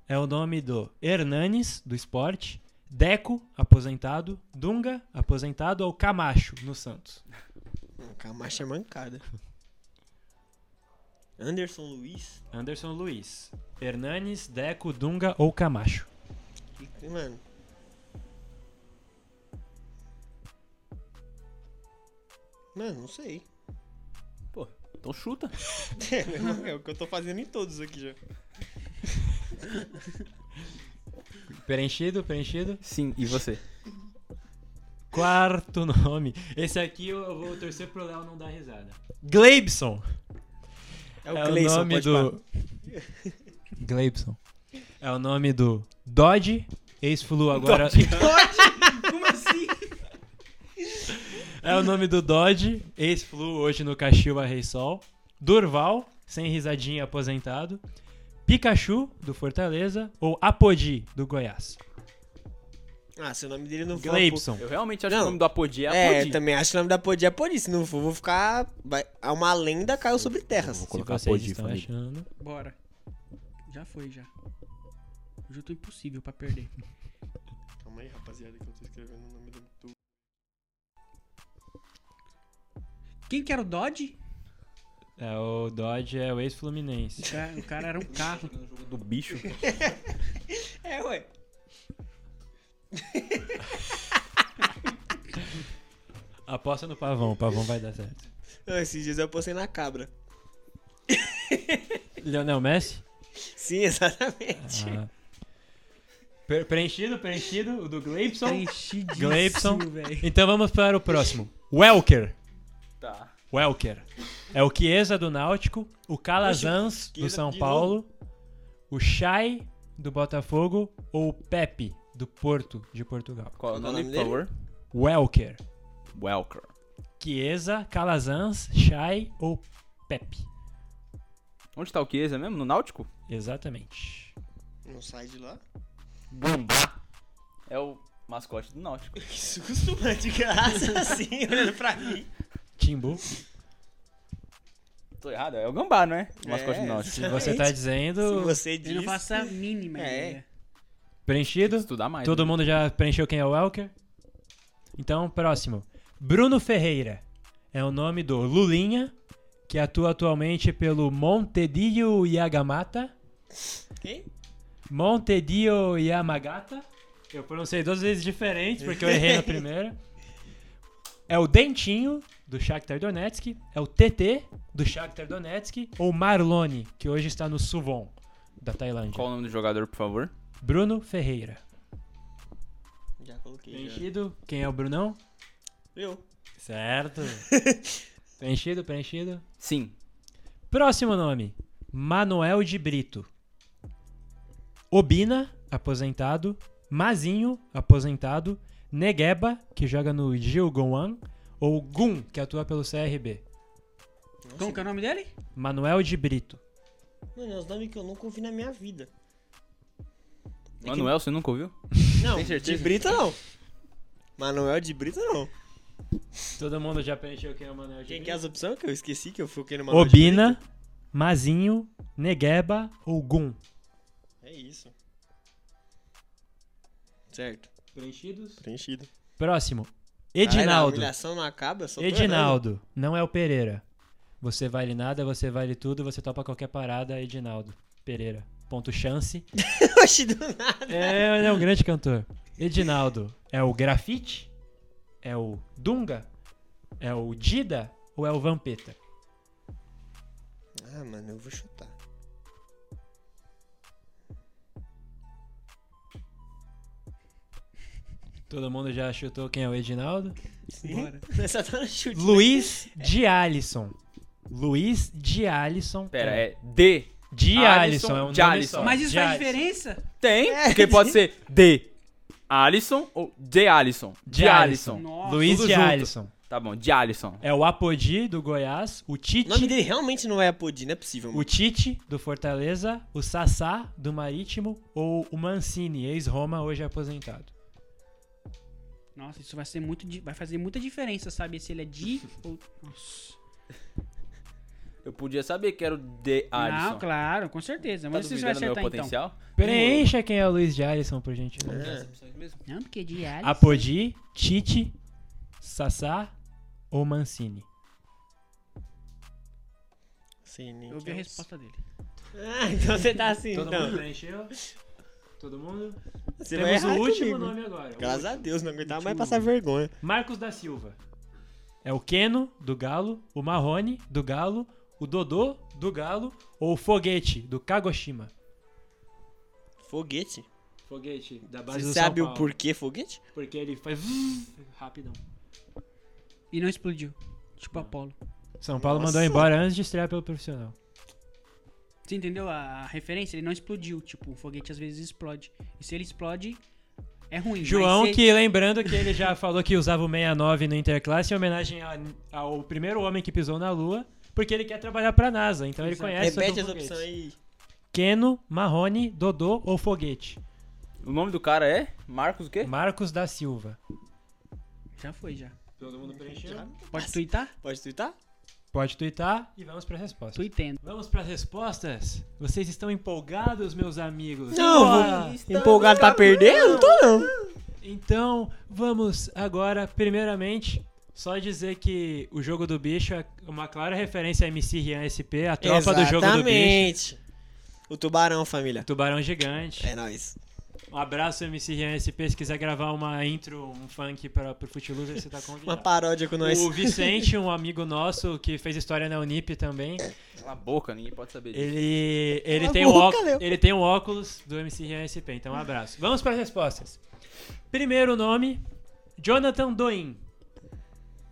A: É o nome do Hernanes, do esporte. Deco, aposentado. Dunga, aposentado. Ou Camacho, no Santos.
B: Camacho é mancada. Anderson Luiz?
A: Anderson Luiz. Hernanes, Deco, Dunga ou Camacho.
B: Que- Mano. Mano, não sei.
D: Pô, então chuta.
B: é o que eu tô fazendo em todos aqui já.
A: Preenchido, preenchido.
D: Sim, e você?
A: Quarto nome. Esse aqui eu eu vou torcer pro Léo não dar risada. Gleibson.
B: É o Cleison,
A: nome
B: pode
A: do. Gleibson. É o nome do Dodge, ex-Flu agora.
C: Como assim?
A: É o nome do Dodge, ex-Flu hoje no Caxiba Rei Sol. Durval, sem risadinha aposentado. Pikachu, do Fortaleza. Ou Apodi, do Goiás.
B: falar. Ah, se o nome dele não for.
A: Gleibson.
D: Eu realmente acho
B: Não.
D: que o nome do Apodi é
B: É,
D: Apodi.
B: eu também acho que o nome da Podia é Podi. Se não for, vou ficar. Vai... é Uma lenda caiu sobre terras.
A: Se
D: colocar
A: vocês
D: Apodi,
A: estão
D: família.
A: achando.
C: Bora. Já foi, já. Hoje eu tô impossível pra perder.
B: Calma aí, rapaziada, que eu tô escrevendo o nome do. do-
C: Quem que era o Dodge?
A: É, o Dodge é o
C: O
A: ex-fluminense.
C: cara, o cara era um carro.
D: Do bicho.
B: É, ué.
A: Aposta no Pavão, o Pavão vai dar certo.
B: Ah, Esses dias eu postei na cabra.
A: Leonel Messi?
B: Sim, exatamente.
A: Ah. Pre- Preenchido, preenchido, o do Gleibson.
C: Preenchidíssimo,
A: Gleibson.
C: velho.
A: Então vamos para o próximo. Welker.
D: Tá.
A: Welker. É o Chiesa do Náutico, o Calazans do
B: Chiesa
A: São
B: de
A: Paulo, o Chay do Botafogo ou o Pepe do Porto de Portugal.
D: Qual é o
B: Qual é o
D: nome,
B: nome
D: por favor?
A: Welker.
D: Welker.
A: Chiesa, Calazans, Chay ou Pepe.
D: Onde tá o Chiesa mesmo? No Náutico?
A: Exatamente.
B: Não sai de lá.
D: É o mascote do Náutico.
B: Que susto, mano, de graça, assim, olhando pra mim.
A: Timbu,
D: Tô errado, é o Gambá, não é? O mascote
B: É,
D: do Náutico.
A: se você tá
B: Se
A: dizendo
B: você
C: Eu não
B: diz.
C: faço a mínima
B: É.
C: ideia.
A: preenchido,
D: Estudar mais.
A: todo
D: né?
A: mundo já preencheu quem é o Welker? Então, próximo. Bruno Ferreira é o nome do Lulinha, que atua atualmente pelo Montedio Yagamata.
B: Quem?
A: Montedio Yamagata. Eu pronunciei duas vezes diferente, porque eu errei na primeira. É o Dentinho, do Shakhtar Donetsk. É o TT, do Shakhtar Donetsk. Ou Marlone, que hoje está no Suvon, da Tailândia.
D: Qual o nome do jogador, por favor?
A: Bruno Ferreira.
B: Já coloquei. Já.
A: Preenchido. Quem é o Brunão?
B: Eu.
A: Certo. preenchido, preenchido.
D: Sim.
A: Próximo nome: Manuel de Brito. Obina, aposentado. Mazinho, aposentado. Negueba, que joga no Gilgoan. Ou Gun, que atua pelo CRB.
C: Como que é o nome dele?
A: Manuel de Brito.
B: Mano, é os nomes que eu nunca ouvi na minha vida. É que-
D: Manuel, você nunca ouviu?
B: Não,
D: Tem certeza?
B: de Brita não. Manuel de Brita não.
A: Todo mundo já preencheu quem é o Manuel de
B: Quem que é
A: Brito?
B: as opções que eu esqueci que eu fiquei no Manuel de
A: Obina, Mazinho, Negueba ou Gun.
B: Brito? É isso. Certo.
A: Preenchidos?
B: Preenchido.
A: Próximo:
B: Caralho, a
A: Edinaldo.
B: humilhação não acaba, eu só tô errando.
A: Edinaldo, não é o Pereira. Você vale nada, você vale tudo, você topa qualquer parada, Edinaldo. Pereira. Ponto chance.
B: Oxi, do nada.
A: É, ele é um grande cantor. Edinaldo, é o Grafite? É o Dunga? É o Dida? Ou é o Vampeta?
B: Ah, mano, eu vou chutar.
A: Todo mundo já chutou quem é o Edinaldo?
C: Bora.
B: Só tá no chute.
A: Luiz de Alisson. Luiz de Alisson.
D: Pera, é D.
A: De
D: Alisson,
A: Alisson, é um
D: de
A: nome
D: Alisson.
A: só.
C: Mas isso
A: De
C: faz
A: Alisson.
C: diferença?
D: Tem, porque pode ser D. Alisson ou de Alisson?
A: De Alisson.
C: Nossa.
A: Luiz
D: Tudo
A: de
D: junto.
A: Alisson.
D: Tá bom, de Alisson.
A: É o Apodi do Goiás, o Tite.
B: O nome dele realmente não é Apodi, não é possível, mano.
A: O Tite, do Fortaleza, o Sassá, do Marítimo, ou o Mancini, ex-Roma, hoje aposentado.
C: Nossa, isso vai ser muito. di- Vai fazer muita diferença, sabe? Se ele é de ou. Nossa.
D: Eu podia saber que era o de Ah, Alisson.
C: Não, claro, com certeza.
D: Tá
C: Mas isso você vai
D: duvidando do meu
C: acertar então.
D: potencial?
A: Preencha quem é o Luiz de Alisson, por gentileza.
C: Não, porque de
B: É.
C: Alisson.
A: Apodi, Tite, Sassá ou Mancini?
B: Sim, nem
C: Eu vi
B: que
C: a
B: é os-
C: resposta dele.
B: Ah, então você tá assim, então.
A: preencheu? Todo mundo?
B: Você vai
A: Temos
B: errar
A: o último
B: comigo.
A: nome agora.
B: Graças a Deus, não aguentava mais passar vergonha.
A: Marcos da Silva. É o Keno, do Galo, o Marrone, do Galo, o Dodô, do Galo ou o Foguete, do Kagoshima?
B: Foguete?
A: Foguete, da
B: Você sabe o porquê foguete?
A: Porque ele faz rapidão.
C: E não explodiu.
D: Ah.
C: Tipo Apolo.
A: São Paulo
B: Nossa.
A: mandou embora antes de estrear pelo profissional.
C: Você entendeu a a referência? Ele não explodiu. Tipo, o foguete às vezes explode. E se ele explode, é ruim. mas
A: João,
C: se-
A: que lembrando que ele já falou que usava o 69 no Interclasse em homenagem a- ao primeiro homem que pisou na Lua, porque ele quer trabalhar pra NASA, então ele
C: Exato.
A: conhece
B: Repete
A: sobre
B: as
A: o foguete.
B: opções aí.
A: Keno, Marrone, Dodô ou Foguete?
D: O nome do cara é Marcos o quê?
A: Marcos da Silva.
C: Já foi, já.
A: Todo mundo preencheu?
C: Pode twittar?
B: Pode twittar?
A: Pode twittar e vamos pra resposta.
C: Tuitendo.
A: Vamos pras respostas? Vocês estão empolgados, meus amigos?
B: Não,
A: Bora!
B: vou... empolgado pra perder? Eu não tá tô, não.
A: Então, vamos agora, primeiramente, só dizer que o jogo do bicho é uma clara referência a MC Rian SP, a tropa do jogo do bicho.
B: Exatamente. O tubarão, família.
A: Tubarão gigante.
B: É nóis.
A: Um abraço, MC Rian SP. Se quiser gravar uma intro, um funk para pro Footloser, você tá
B: Uma
A: convidado.
B: paródia com nós.
A: O Vicente, um amigo nosso que fez história na Unip também,
D: Cala a boca, ninguém pode saber disso.
A: ele, ele,
B: Cala a
A: tem, um
B: boca,
A: óculos,
B: Léo.
A: ele tem um óculos do MC Rian SP. Então, um abraço. Vamos para as respostas. Primeiro nome: Jonathan Doin.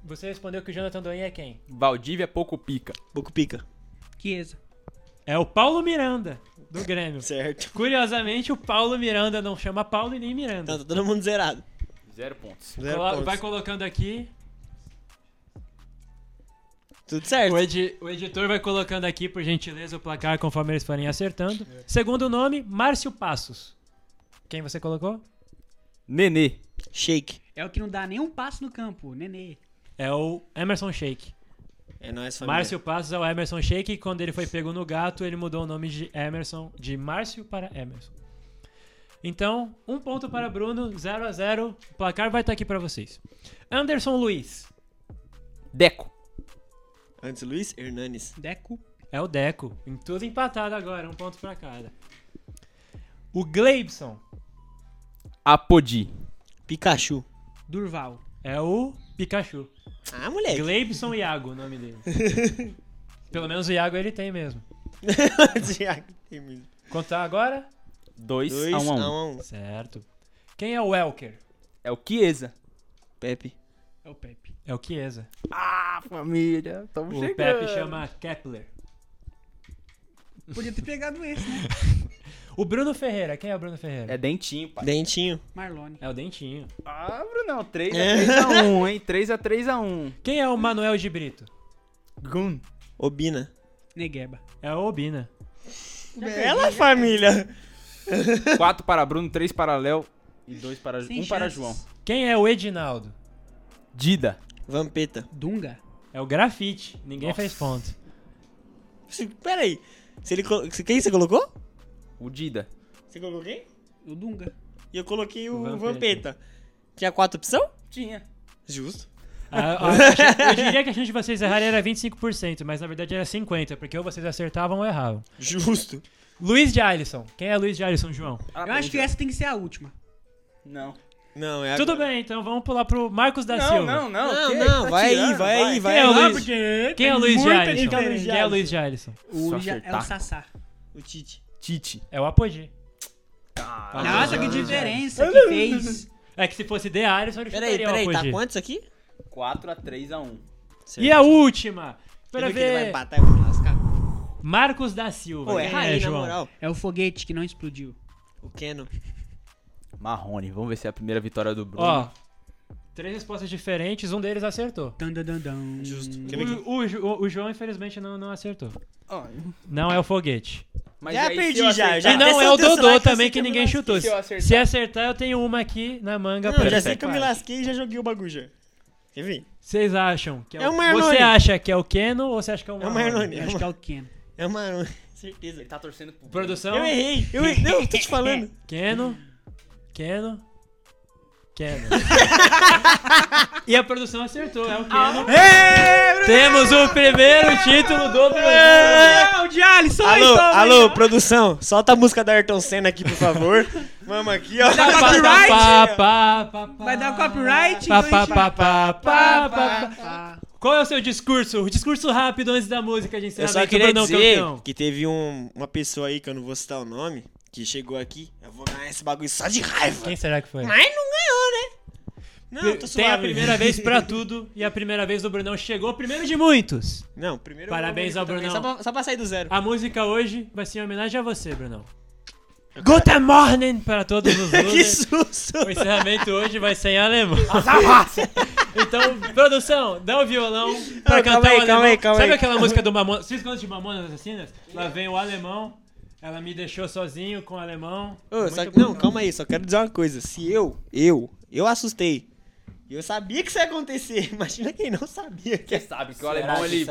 A: Você respondeu que o Jonathan Doin é quem?
D: Valdívia pouco pica.
B: Boco pica.
C: Chiesa.
A: É o Paulo Miranda, do Grêmio.
B: Certo.
A: Curiosamente, o Paulo Miranda não chama Paulo e nem Miranda.
B: Então tá todo mundo zerado.
D: Zero pontos.
B: Zero
A: Colo-
B: pontos.
A: vai colocando aqui.
B: Tudo certo.
A: O, edi- o editor vai colocando aqui, por gentileza, o placar conforme eles forem acertando. Segundo nome, Márcio Passos. Quem você colocou?
D: Nenê.
B: Shake.
C: É o que não dá nem um passo no campo, nenê.
A: É o Emerson Shake.
B: É nóis, família.
A: Márcio Passos é o Emerson Shake. E quando ele foi pego no gato, ele mudou o nome de Emerson, de Márcio para Emerson. Então, um ponto para Bruno, 0 a 0 O placar vai estar aqui para vocês. Anderson Luiz.
D: Deco.
B: Antes Luiz Hernanes.
C: Deco.
A: É o Deco. Em tudo empatado agora, um ponto pra cada. O Gleibson
D: Apodi.
B: Pikachu.
C: Durval.
A: é o Pikachu.
B: Ah, moleque.
A: Gleibson Iago, o nome dele. Pelo menos o Iago ele tem mesmo.
B: Thiago tem mesmo.
A: Contar agora?
D: 2
B: Dois
D: a 1 um a Um.
B: a 1
A: Certo. Quem é o Welker?
D: É o Chiesa.
B: Pepe.
C: É o Pepe.
A: É o Chiesa.
D: Ah, família. Tamo
A: O Pepe
D: é?
A: chama Kepler.
C: Podia ter pegado esse, né?
A: O Bruno Ferreira, quem é o Bruno Ferreira?
D: É dentinho, pai.
B: um. Dentinho.
C: Marlone.
A: É o Dentinho.
D: Ah, Brunão. 3x3x1, hein? 3x3x1.
A: Quem é o Manuel de Brito?
D: Gun.
B: Obina.
C: Negueba.
A: É o Obina.
B: Bela família.
D: 4 para Bruno, 3 para Léo e 2 para... 1
C: Sem
D: para
C: chances.
D: João.
A: Quem é o Edinaldo?
D: Dida.
B: Vampeta.
C: Dunga.
A: É o Grafite. Ninguém
D: Nossa.
A: fez ponto.
B: Pera aí. Se ele colo- se- Quem você colocou?
D: O Dida.
B: Você colocou quem?
C: O Dunga.
B: E eu coloquei o
A: Vampeta.
B: Vampeta. Tinha quatro opção?
D: Tinha.
B: Justo.
A: A- a- a chan- eu diria que a chance de vocês errarem era 25%, mas na verdade era 50%, porque ou vocês acertavam ou erravam.
B: Justo.
A: Luiz de Alisson. Quem é Luiz de Alisson, João?
C: Eu acho que é essa tem que ser a última.
D: Não.
B: Não, é
A: Tudo
B: agora.
A: bem, então vamos pular pro Marcos da
D: Não,
A: Silva.
D: não, não.
B: Não,
D: Que-
B: não,
D: tá
B: vai aí,
D: tirando,
B: vai aí, vai
A: Quem é o
B: aí.
A: Luiz? Quem é o Luiz de
C: muita
A: Alisson?
C: diferença.
A: Quem é o Luiz de Alisson?
D: Só
C: O Luiz é
D: acertar.
C: o Sassá.
B: O Tite.
D: Tite.
A: É o Apodi.
C: Nossa, que
A: Luiz de
C: diferença que fez.
A: Alisson. É que se fosse de Alisson, ele
B: Peraí,
A: chutaria o
B: peraí, tá
A: Apodi.
B: quantos aqui?
D: 4x3x1.
A: E a última, para
B: Você viu que ele vai
A: ver,
B: empatar e eu vou lascar.
A: Marcos da Silva.
B: Pô,
A: Quem
B: é
A: é,
B: aí, na
A: João?
B: moral.
C: É o foguete que não explodiu.
B: O Keno.
D: Marrone. Vamos ver se é a primeira vitória do Bruno.
A: Ó, três respostas diferentes, um deles acertou.
C: Tandandandam.
B: Justo. é
A: O, o Jo- o João, infelizmente, não, não acertou. Não é o foguete.
D: Mas
B: Já
D: aí, se
B: perdi,
D: eu
B: já,
D: acertar-
A: E
B: já.
A: não
B: Essa
A: é o
B: outra será
A: Dodô
B: que eu
A: também,
B: sei
A: que
B: assim que eu me
A: ninguém chutou.
D: lasquei se eu acertar?
A: Se acertar, eu tenho uma aqui na manga
B: Não,
A: pra
B: já
D: Perfeito.
B: sei que eu me
A: vocês.
B: lasquei e já joguei o bagulho já. Quer ver?
A: Vocês acham que é,
B: É
A: o...
B: o Marnone.
A: Você acha que é o Keno ou você acha que é o
B: É o
A: Marrone?
B: Marlone.
C: Eu acho que é o Ken.
B: É uma... Certeza.
D: Ele tá torcendo pro
A: Produção,
B: Eu errei. Eu errei. Não, tô te falando.
A: Keno, Keno, Keno. e a produção acertou, é o
B: Ah.
A: Keno. Temos o primeiro título do Brasil.
C: É o de Alisson. então, né?
B: Alô, alô, produção, solta a música da Ayrton Senna aqui, por favor. Vamos aqui, ó.
C: dar copyright?
A: Pá, pá, pá, pá,
C: Vai dar
A: pá.
C: copyright?
A: Pá,
C: então a
A: pá,
C: gente-
A: pá, pá, pá, pá, pá.
C: Pá, pá.
A: Qual é o seu discurso? O discurso rápido antes da música de
B: Eu
A: encerramento
B: só queria
A: do Brunão
B: dizer
A: Campeão.
B: que teve um- uma pessoa aí, que eu não vou citar o nome, que chegou aqui. Eu vou ganhar esse bagulho só de raiva.
A: Quem será que foi?
B: Mas não ganhou, né? Não, tô suave.
A: Tem a primeira vez pra tudo e a primeira vez do Brunão chegou, primeiro de muitos.
B: Não, primeiro eu
A: Parabéns
B: vou
A: ao
B: também,
A: Brunão.
B: Só pra, só pra sair do zero.
A: A música hoje vai ser em homenagem a você, Brunão. Guten Morning para todos os
B: que
A: losers.
B: susto!
A: O encerramento hoje vai ser em alemão. então, produção, dá o violão pra
B: Ah, calma
A: cantar
B: aí,
A: o
B: calma
A: alemão.
B: aí, calma
A: Sabe
B: aí.
A: aquela música do Mamonas? Vocês gostam de Mamonas Assassinas? Lá vem o alemão. Ela me deixou sozinho com o alemão.
B: Ô, só-
A: Muito bom.
B: não, calma aí, só quero dizer uma coisa. Se eu, eu, eu assustei. E Eu sabia que isso ia acontecer. Imagina quem não sabia que
D: Você
B: ia
D: sabe que o alemão ele,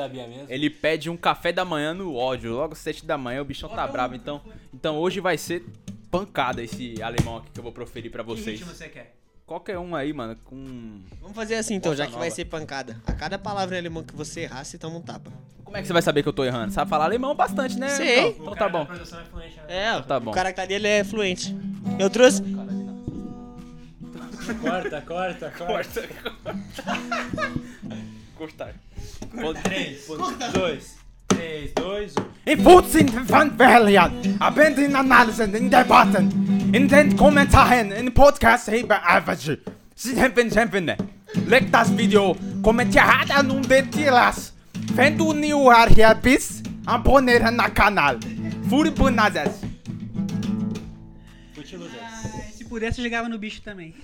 D: ele pede um café da manhã no ódio. Logo às 7 da manhã o bichão tá
A: um
D: bravo. Então, então hoje vai ser pancada esse alemão aqui que eu vou proferir pra
A: Que
D: vocês.
A: ritmo você quer? qualquer um aí, mano, com.
B: Vamos fazer assim então, já
A: Bossa
B: que vai
A: nova.
B: ser pancada. A cada palavra em alemão que você errar, você toma um tapa.
A: Como é que você vai saber que eu tô errando? Sabe falar alemão bastante, né?
B: Sei.
A: Então, então tá bom.
B: É, ó,
A: Tá bom.
B: O cara que tá ali, ele é fluente. Eu trouxe.
E: Corta, corta, corta.
A: Corta. Cortar. 3, 2, 3, 2, 1.
D: In Wutzen van Verlian, abend in Analysen, in Debatten, in den Kommentaren, in Podcast über Average. Sie helfen, helfen. Like das Video, kommentiert an und detilas. Wenn du neuer hier bist, abonnieren na canal. Furbunazes.
E: Fute ilusões.
C: é. Se pudesse, eu jogava no bicho também.